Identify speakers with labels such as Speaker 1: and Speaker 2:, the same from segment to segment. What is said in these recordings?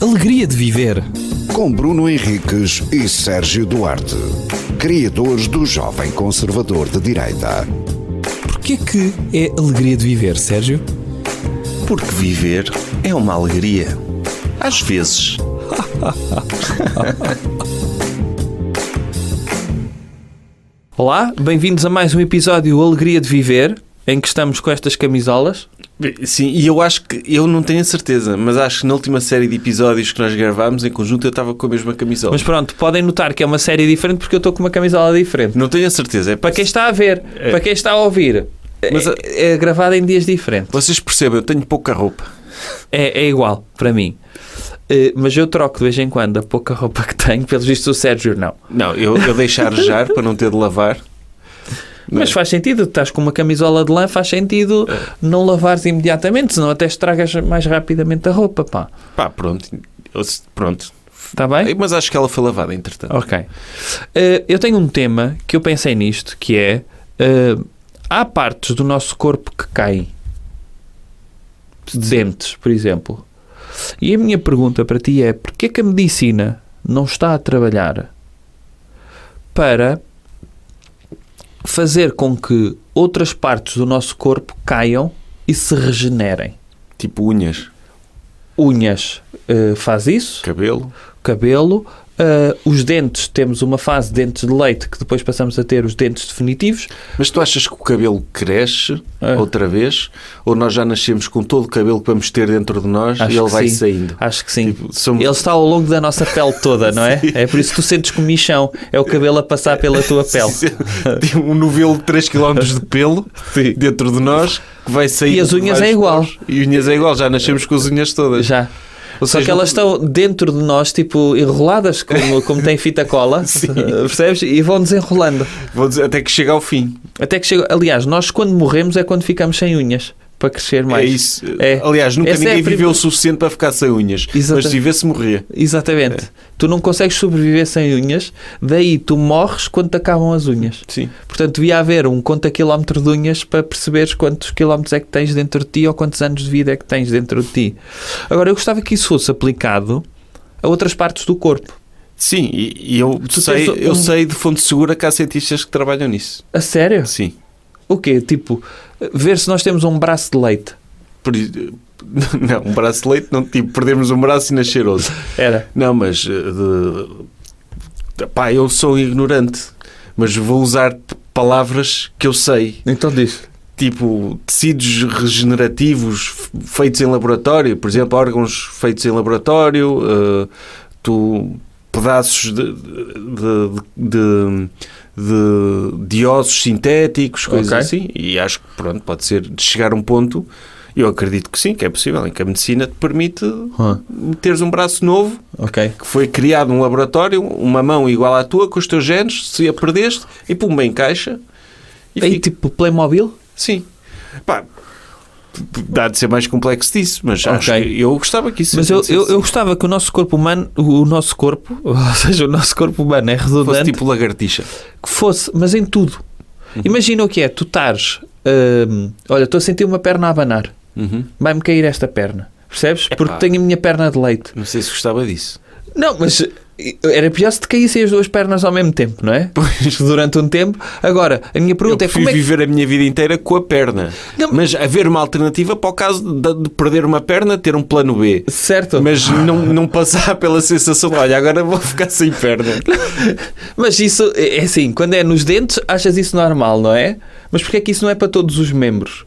Speaker 1: alegria de viver.
Speaker 2: Com Bruno Henriques e Sérgio Duarte, criadores do Jovem Conservador de Direita.
Speaker 1: Porquê que é alegria de viver, Sérgio?
Speaker 3: Porque viver é uma alegria. Às vezes.
Speaker 4: Olá, bem-vindos a mais um episódio Alegria de Viver, em que estamos com estas camisolas.
Speaker 3: Sim, e eu acho que, eu não tenho a certeza, mas acho que na última série de episódios que nós gravámos em conjunto eu estava com a mesma camisola.
Speaker 4: Mas pronto, podem notar que é uma série diferente porque eu estou com uma camisola diferente.
Speaker 3: não tenho a certeza. É
Speaker 4: Para quem está a ver, para quem está a ouvir, é-
Speaker 3: Mas a-
Speaker 4: é, gravada em dias diferentes.
Speaker 3: Vocês percebem, eu tenho pouca roupa.
Speaker 4: É, é igual, para mim. Eh, mas eu troco de vez em quando a pouca roupa que tenho, pelos vistos o Sérgio não.
Speaker 3: Não, eu, eu deixo arejar para não ter de lavar.
Speaker 4: Mas faz sentido, estás com uma camisola de lã, faz sentido não lavares imediatamente, senão até estragas mais rapidamente a roupa, pá.
Speaker 3: Pá, pronto. Eu- Pronto.
Speaker 4: Está bem?
Speaker 3: Mas acho que ela foi lavada, entretanto.
Speaker 4: Ok. Eh, eu tenho um tema que eu pensei nisto, que é eh, há partes do nosso corpo que caem. Dentes, por exemplo. E a minha pergunta para ti é porquê que a medicina não está a trabalhar para fazer com que outras partes do nosso corpo caiam e se regenerem?
Speaker 3: Tipo unhas,
Speaker 4: Unhas eh, faz isso?
Speaker 3: cabelo.
Speaker 4: cabelo. ah, os dentes, temos uma fase de dentes de leite que depois passamos a ter os dentes definitivos.
Speaker 3: Mas tu achas que o cabelo cresce
Speaker 4: É.
Speaker 3: outra vez? Ou nós já nascemos com todo o cabelo que vamos ter dentro de nós
Speaker 4: Acho
Speaker 3: e ele
Speaker 4: que
Speaker 3: vai
Speaker 4: sim.
Speaker 3: saindo?
Speaker 4: Acho que sim.
Speaker 3: Tipo, somos-
Speaker 4: Ele está ao longo da nossa pele toda, não é? É por isso que tu sentes comichão. É o cabelo a passar pela tua pele.
Speaker 3: Tem um novelo de 3 km de pelo dentro de nós que vai sair.
Speaker 4: E as
Speaker 3: por
Speaker 4: unhas é
Speaker 3: vários
Speaker 4: igual.
Speaker 3: poros. E as unhas é igual, já nascemos com as unhas todas.
Speaker 4: Já.
Speaker 3: Ou
Speaker 4: Só
Speaker 3: seja,
Speaker 4: que elas estão dentro de nós, tipo, enroladas, como, como tem fita cola, ah, percebes? E vão desenrolando.
Speaker 3: Vou dizer, até que chega ao fim.
Speaker 4: Até que chega. Aliás, nós quando morremos é quando ficamos sem unhas para crescer mais.
Speaker 3: É isso.
Speaker 4: É.
Speaker 3: Aliás, nunca
Speaker 4: Essa é a
Speaker 3: ninguém
Speaker 4: prim-
Speaker 3: viveu o suficiente para ficar sem unhas. Mas
Speaker 4: Exatamente.
Speaker 3: se vivesse, morria.
Speaker 4: Exatamente.
Speaker 3: É.
Speaker 4: Tu não consegues sobreviver sem unhas, daí tu morres quando te acabam as unhas.
Speaker 3: Sim.
Speaker 4: Portanto, devia haver um conta-quilómetro de unhas para perceberes quantos quilómetros é que tens dentro de ti ou quantos anos de vida é que tens dentro de ti. Agora, eu gostava que isso fosse aplicado a outras partes do corpo.
Speaker 3: Sim, e, e eu,
Speaker 4: Tu
Speaker 3: sei,
Speaker 4: tens um-
Speaker 3: eu sei de fonte segura que há cientistas que trabalham nisso.
Speaker 4: A sério?
Speaker 3: Sim.
Speaker 4: O quê? Tipo, ver se nós temos um braço de leite.
Speaker 3: Por isso- Não, um braço de leite, não, tipo, perdemos um braço e nascer outro.
Speaker 4: Era.
Speaker 3: Não, mas. eh, de- Pá, eu sou ignorante, mas vou usar palavras que eu sei.
Speaker 4: Então diz.
Speaker 3: Tipo, tecidos regenerativos f- feitos em laboratório, por exemplo, órgãos feitos em laboratório, eh, tu, pedaços de, de, de, de- de ossos sintéticos, coisas
Speaker 4: Ok.
Speaker 3: assim. E acho que, pronto, pode ser de chegar a um ponto. Eu acredito que sim, que é possível, em que a medicina te permite teres um braço novo
Speaker 4: ok.
Speaker 3: que foi criado num laboratório, uma mão igual à tua, com os teus genes, se a perdeste, e pum, bem encaixa. E
Speaker 4: Aí,
Speaker 3: fica.
Speaker 4: tipo, Playmobil?
Speaker 3: Sim. Pá, p- p- dá de ser mais complexo disso, mas acho
Speaker 4: Ok.
Speaker 3: que eu gostava que isso
Speaker 4: Mas eu, eu,
Speaker 3: acontecesse.
Speaker 4: eu gostava que o nosso corpo humano, o nosso corpo, ou seja, o nosso corpo humano é
Speaker 3: fosse
Speaker 4: redundante,
Speaker 3: tipo lagartixa.
Speaker 4: que fosse, mas em tudo. Imagina o que é, tu estás, hum, olha, estou a sentir uma perna a abanar, vai-me cair esta perna, percebes? Porque tenho a minha perna de leite.
Speaker 3: Não sei se gostava disso.
Speaker 4: Não, mas eh, era pior se te caíssem as duas pernas ao mesmo tempo, não é? Pois. Durante um tempo. Agora, a minha
Speaker 3: Eu
Speaker 4: pergunta é
Speaker 3: prefiro
Speaker 4: como é que...
Speaker 3: viver a minha vida inteira com a perna.
Speaker 4: Não,
Speaker 3: Mas haver uma alternativa para o caso de, de perder uma perna, ter um plano B.
Speaker 4: Certo, mas,
Speaker 3: Mas não, não passar pela sensação de, olha, agora vou ficar sem perna.
Speaker 4: isso é é assim, quando é nos dentes achas isso normal, não é? Mas porque é que isso não é para todos os membros?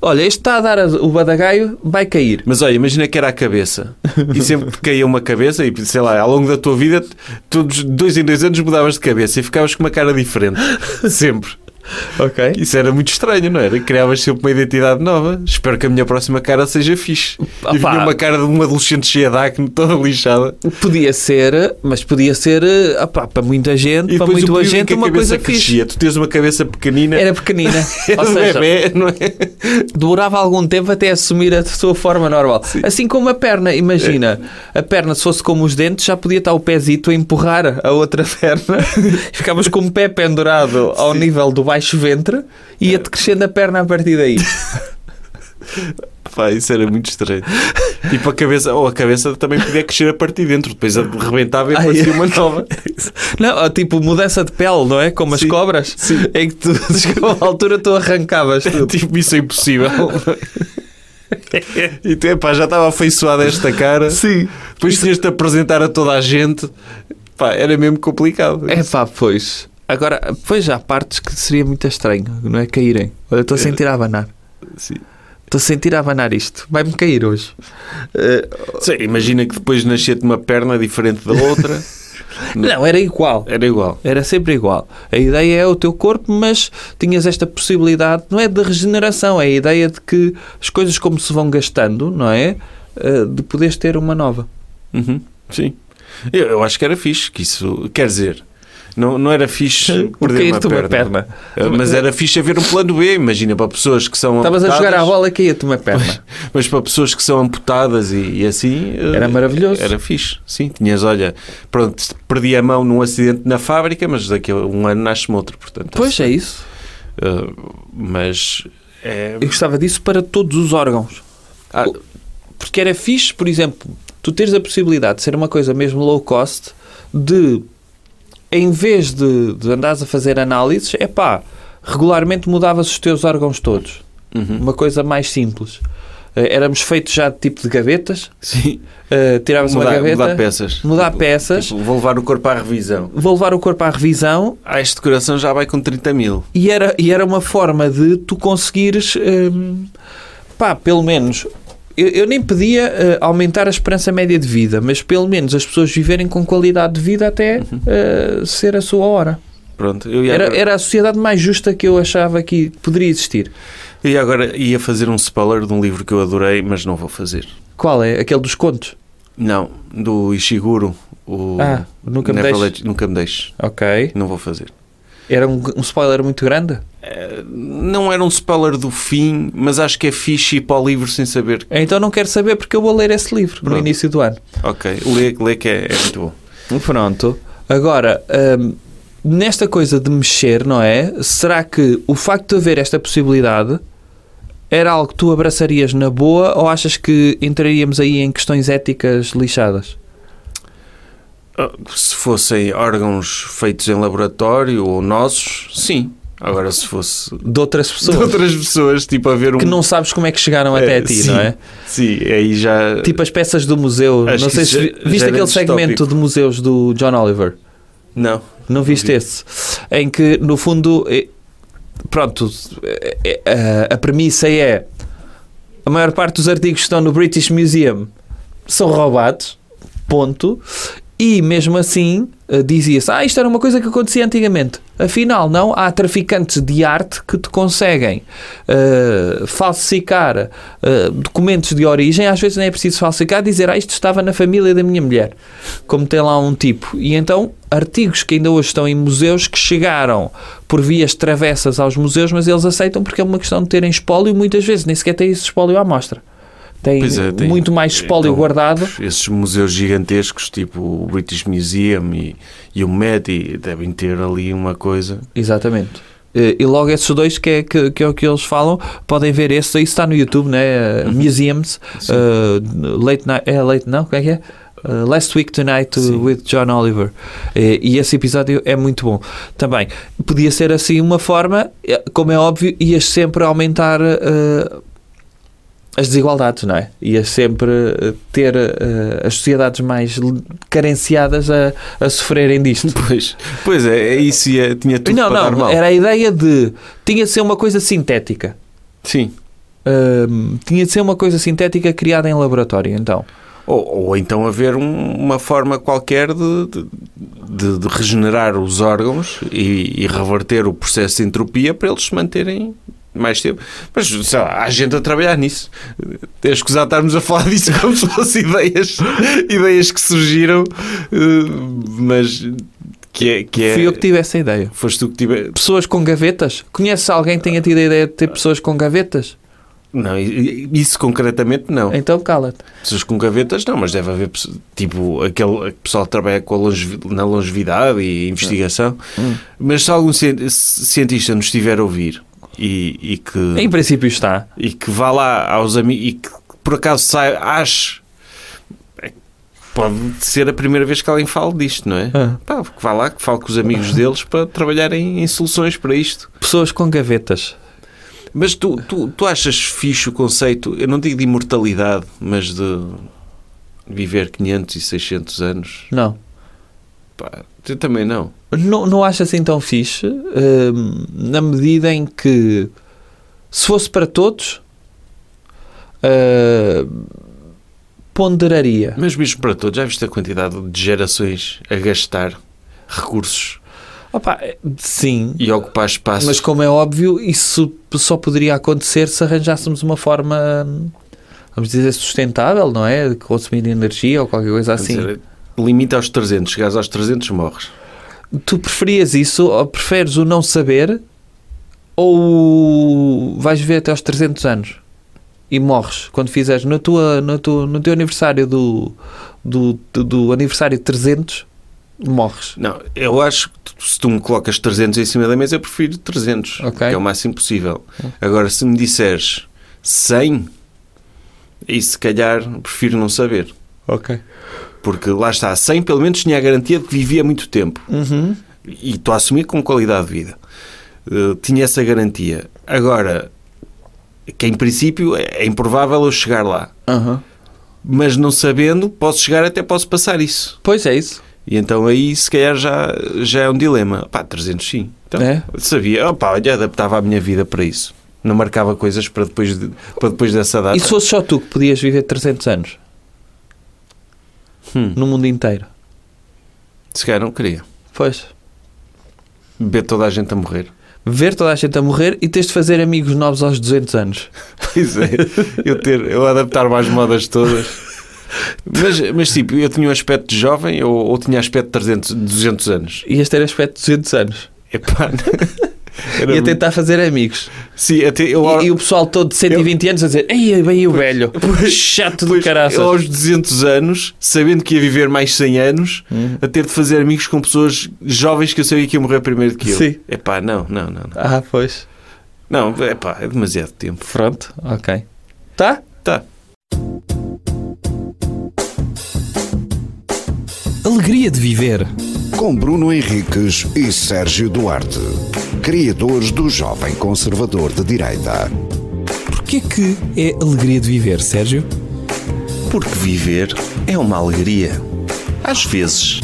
Speaker 4: Olha, este está a dar a- o badagaio, vai cair.
Speaker 3: Mas olha, imagina que era a cabeça. E sempre que caía uma cabeça, e sei lá, ao longo da tua vida, todos dois em dois anos mudavas de cabeça e ficavas com uma cara diferente. Sempre.
Speaker 4: Ok.
Speaker 3: Isso era muito estranho, não era? E Criavas sempre uma identidade nova. Espero que a minha próxima cara seja fixe.
Speaker 4: Opa.
Speaker 3: E vinha uma cara de uma adolescente cheia de acne, toda lixada.
Speaker 4: Podia ser, mas podia ser eh, opá, para muita gente,
Speaker 3: E
Speaker 4: para
Speaker 3: depois
Speaker 4: muito
Speaker 3: o
Speaker 4: boa
Speaker 3: período em
Speaker 4: gente,
Speaker 3: que a
Speaker 4: uma coisa
Speaker 3: cabeça
Speaker 4: fixe.
Speaker 3: crescia. Tu tens uma cabeça pequenina.
Speaker 4: Era pequenina.
Speaker 3: era
Speaker 4: Ou
Speaker 3: um
Speaker 4: seja,
Speaker 3: bebê, não é?
Speaker 4: durava algum tempo até assumir a sua forma normal. Assim como a perna, imagina.
Speaker 3: É.
Speaker 4: A perna, se fosse como os dentes, já podia estar o pezito a empurrar a outra perna. Ficavas com o pé pendurado ao nível do baixo ventre e ia-te crescendo a perna a partir daí.
Speaker 3: Pá, isso era muito estranho. Tipo a cabeça, ou a cabeça também podia crescer a partir de dentro, depois arrebentava e
Speaker 4: Ai,
Speaker 3: aparecia uma nova.
Speaker 4: Não, ó, tipo mudança de pele, não é? Como as
Speaker 3: Sim,
Speaker 4: cobras.
Speaker 3: sim.
Speaker 4: É que tu, chegava a altura, tu arrancavas tudo.
Speaker 3: tipo, isso é impossível. E tu, epá, já estava afeiçoada esta cara.
Speaker 4: Sim.
Speaker 3: Depois tinhas de te apresentar a toda a gente. Pá, era mesmo complicado.
Speaker 4: É pá, pois. Agora, pois há partes que seria muito estranho, não é? Caírem. Olha, estou a sentir a abanar.
Speaker 3: Sim.
Speaker 4: Estou a sentir a abanar isto. Vai-me cair hoje. Eh,
Speaker 3: Sim, imagina que depois nascesse uma perna diferente da outra.
Speaker 4: não, era igual.
Speaker 3: Era igual.
Speaker 4: Era sempre igual. A ideia é o teu corpo, mas tinhas esta possibilidade, não é de regeneração, é a ideia de que as coisas como se vão gastando, não é? Eh, De poderes ter uma nova.
Speaker 3: Uhum, Sim. Eu, eu acho que era fixe, que isso... Quer dizer, não, não era fixe
Speaker 4: O
Speaker 3: perder uma
Speaker 4: cair-te
Speaker 3: perna.
Speaker 4: uma perna.
Speaker 3: Eh, Mas era fixe haver um plano B, imagina, para pessoas que são
Speaker 4: Estavas a jogar
Speaker 3: amputadas,
Speaker 4: à bola e caía-te uma perna.
Speaker 3: Mas para pessoas que são amputadas e, e assim... eh,
Speaker 4: Era maravilhoso.
Speaker 3: Era fixe, sim. Tinhas, olha, pronto, perdi a mão num acidente na fábrica, mas daqui a um ano nasce-me outro, portanto...
Speaker 4: Pois é isso.
Speaker 3: eh, mas... É,
Speaker 4: Eu gostava disso para todos os órgãos.
Speaker 3: Ah.
Speaker 4: Porque era fixe, por exemplo, tu teres a possibilidade de ser uma coisa mesmo low cost, de em vez de, de andares a fazer análises, é pá, regularmente mudavas os teus órgãos todos.
Speaker 3: Uhum.
Speaker 4: Uma coisa mais simples. Eh, éramos feitos já de tipo de gavetas,
Speaker 3: sim.
Speaker 4: eh, tirávamos uma
Speaker 3: Mudar,
Speaker 4: gaveta,
Speaker 3: mudar peças.
Speaker 4: mudar
Speaker 3: Tipo,
Speaker 4: peças,
Speaker 3: tipo, vou levar o corpo à revisão.
Speaker 4: vou levar o corpo à revisão
Speaker 3: Ah, este coração já vai com 30 mil.
Speaker 4: E era, e era uma forma de tu conseguires, hum, pá, pelo menos, eu, eu nem pedia eh, aumentar a esperança média de vida, mas pelo menos as pessoas viverem com qualidade de vida até
Speaker 3: Uhum.
Speaker 4: eh, ser a sua hora.
Speaker 3: Pronto, eu ia,
Speaker 4: Era,
Speaker 3: agora,
Speaker 4: era a sociedade mais justa que eu achava que poderia existir.
Speaker 3: eu ia agora ia fazer um spoiler de um livro que eu adorei, mas não vou fazer.
Speaker 4: Qual é? Aquele dos contos?
Speaker 3: Não, do Ishiguro. O
Speaker 4: Ah, nunca me
Speaker 3: Never
Speaker 4: deixes.
Speaker 3: Let- nunca me deixes.
Speaker 4: Ok.
Speaker 3: Não vou fazer.
Speaker 4: Era um, um spoiler muito grande?
Speaker 3: Não era um spoiler do fim, mas acho que é fixe ir para o livro sem saber.
Speaker 4: Então não quero saber porque eu vou ler esse livro no
Speaker 3: Pronto.
Speaker 4: início do ano.
Speaker 3: Ok, lê, lê que é, é muito bom.
Speaker 4: Pronto. Agora, hum, nesta coisa de mexer, não é? Será que o facto de haver esta possibilidade era algo que tu abraçarias na boa ou achas que entraríamos aí em questões éticas lixadas?
Speaker 3: Ah, Se fossem órgãos feitos em laboratório ou nossos, sim. Agora, se fosse
Speaker 4: De outras
Speaker 3: de
Speaker 4: pessoas
Speaker 3: outras pessoas, tipo a ver um.
Speaker 4: que não sabes como é que chegaram até
Speaker 3: É,
Speaker 4: a ti,
Speaker 3: sim,
Speaker 4: não é?
Speaker 3: Sim, aí já.
Speaker 4: Tipo as peças do museu.
Speaker 3: Acho
Speaker 4: não
Speaker 3: que
Speaker 4: sei
Speaker 3: isso
Speaker 4: se
Speaker 3: já-
Speaker 4: vi-
Speaker 3: já
Speaker 4: viste
Speaker 3: era
Speaker 4: aquele segmento de
Speaker 3: distópico.
Speaker 4: museus do John Oliver.
Speaker 3: Não.
Speaker 4: Não viste
Speaker 3: vi.
Speaker 4: esse? Em que, no fundo, eh, pronto, eh, eh, a, a premissa é a maior parte dos artigos que estão no British Museum são roubados, ponto, e mesmo assim eh, dizia-se, ah, isto era uma coisa que acontecia antigamente. Afinal, não, há traficantes de arte que te conseguem eh, falsificar eh, documentos de origem, às vezes nem é preciso falsificar, dizer, ah, isto estava na família da minha mulher como tem lá um tipo. E então, artigos que ainda hoje estão em museus que chegaram por vias travessas aos museus, mas eles aceitam porque é uma questão de terem espólio, muitas vezes nem sequer têm esse espólio à mostra. Tem,
Speaker 3: Pois é, tem-
Speaker 4: muito mais espólio
Speaker 3: então,
Speaker 4: guardado.
Speaker 3: Esses museus gigantescos, tipo o British Museum e, e o Met, e devem ter ali uma coisa.
Speaker 4: Exatamente. Eh, E logo esses dois, que é, que, que é o que eles falam, podem ver esse, isso está no YouTube, né? Eh,
Speaker 3: Uhum.
Speaker 4: Museums, eh, Late Night, é Late, não? Como é que é? Eh, Last Week Tonight
Speaker 3: Sim.
Speaker 4: with John Oliver. Eh, e esse episódio é muito bom. Também, podia ser assim uma forma, eh, como é óbvio, ias sempre aumentar eh, as desigualdades, não é? Ias sempre eh, ter eh, as sociedades mais l- carenciadas a, a sofrerem disto.
Speaker 3: Pois, pois é, é isso e é- tinha tudo
Speaker 4: Não,
Speaker 3: para dar
Speaker 4: não,
Speaker 3: mal.
Speaker 4: era a ideia de. Tinha de ser uma coisa sintética.
Speaker 3: Sim.
Speaker 4: Hum, tinha de ser uma coisa sintética criada em laboratório, então.
Speaker 3: Ou, ou então haver um- uma forma qualquer de, de- de- de regenerar os órgãos e, e reverter o processo de entropia para eles se manterem mais tempo. Mas sei lá, há gente a trabalhar nisso. É escusado estarmos a falar disso como se fossem ideias, ideias que surgiram, eh, mas que é. Que é
Speaker 4: Fui eu que tive essa ideia.
Speaker 3: Foste tu que tive.
Speaker 4: Pessoas com gavetas? Conheces alguém que tenha tido a ideia de ter pessoas com gavetas?
Speaker 3: Não, i- i- isso concretamente não.
Speaker 4: Então cala-te.
Speaker 3: Pessoas com gavetas não, mas deve haver pesso- tipo aquele pessoal que trabalha com a longevi- na longevidade e investigação. Mas se algum cien- se- cientista nos estiver a ouvir e, e que,
Speaker 4: É Em princípio está.
Speaker 3: e que vá lá aos amigos e que por acaso sai, acho. Pode ser a primeira vez que alguém fale disto, não é?
Speaker 4: Ah.
Speaker 3: Pá, que vá lá, que fale com os amigos deles para trabalharem em soluções para isto.
Speaker 4: Pessoas com gavetas.
Speaker 3: Mas tu, tu, tu achas fixe o conceito, eu não digo de imortalidade, mas de viver 500 e 600 anos?
Speaker 4: Não.
Speaker 3: Pá, eu também não.
Speaker 4: Não, não acho assim tão fixe, hum, na medida em que, se fosse para todos, hum, ponderaria.
Speaker 3: Mas mesmo para todos, já viste a quantidade de gerações a gastar recursos
Speaker 4: Opa, sim,
Speaker 3: e ocupar espaços?
Speaker 4: mas como é óbvio, isso só poderia acontecer se arranjássemos uma forma, hum, vamos dizer, sustentável, não é? De consumir energia ou qualquer coisa
Speaker 3: Quer
Speaker 4: assim.
Speaker 3: dizer, limita aos 300, chegares aos 300 morres.
Speaker 4: Tu preferias isso ou preferes o não saber ou vais viver até aos 300 anos e morres quando fizeres na tua, na tua, no teu aniversário do, do, do, do aniversário 300 morres.
Speaker 3: Não, eu acho que tu- se tu me colocas 300 em cima da mesa, eu prefiro 300,
Speaker 4: Ok.
Speaker 3: que é o máximo possível. Agora, se me disseres 100, aí se calhar prefiro não saber.
Speaker 4: Ok.
Speaker 3: Porque lá está, 100 pelo menos tinha a garantia de que vivia muito tempo.
Speaker 4: Uhum.
Speaker 3: E estou a assumir com qualidade de vida. Eh, tinha essa garantia. Agora, que em princípio é é improvável eu chegar lá.
Speaker 4: Aham.
Speaker 3: Mas não sabendo, posso chegar até posso passar isso.
Speaker 4: Pois é isso.
Speaker 3: E então aí se calhar já, já é um dilema. Pá, 300 sim. Então,
Speaker 4: É?
Speaker 3: Sabia, opá, olha, adaptava a minha vida para isso. Não marcava coisas para depois, de- para depois dessa data.
Speaker 4: E se fosse só tu que podias viver 300 anos
Speaker 3: Hum.
Speaker 4: no mundo inteiro?
Speaker 3: Se calhar não queria.
Speaker 4: Pois.
Speaker 3: Ver toda a gente a morrer.
Speaker 4: Ver toda a gente a morrer e tens de fazer amigos novos aos 200 anos.
Speaker 3: Pois é. eu, ter, eu adaptar-me às modas todas. Mas, mas tipo, eu tinha um aspecto de jovem ou, ou tinha aspecto de 300, 200 anos?
Speaker 4: Ias ter aspecto de 200 anos.
Speaker 3: Epá, era
Speaker 4: Ia
Speaker 3: muito-
Speaker 4: tentar fazer amigos.
Speaker 3: Sim, até, eu,
Speaker 4: tá- E, e o pessoal todo de 120 anos a dizer Ei, bem o velho, chato do
Speaker 3: Pois,
Speaker 4: caraças.
Speaker 3: eu aos 200 anos, sabendo que ia viver mais 100 anos,
Speaker 4: Hum.
Speaker 3: a ter de fazer amigos com pessoas jovens que eu sabia que ia morrer primeiro que eu.
Speaker 4: Sim.
Speaker 3: Epá, não, não, não. Não,
Speaker 4: Ah, pois.
Speaker 3: não epá, é demasiado tempo.
Speaker 4: Pronto, ok. Tá?
Speaker 3: Tá.
Speaker 1: Alegria de viver.
Speaker 2: Com Bruno Henriques e Sérgio Duarte, criadores do Jovem Conservador de Direita.
Speaker 1: Porquê que é alegria de viver, Sérgio?
Speaker 3: Porque viver é uma alegria. Às vezes.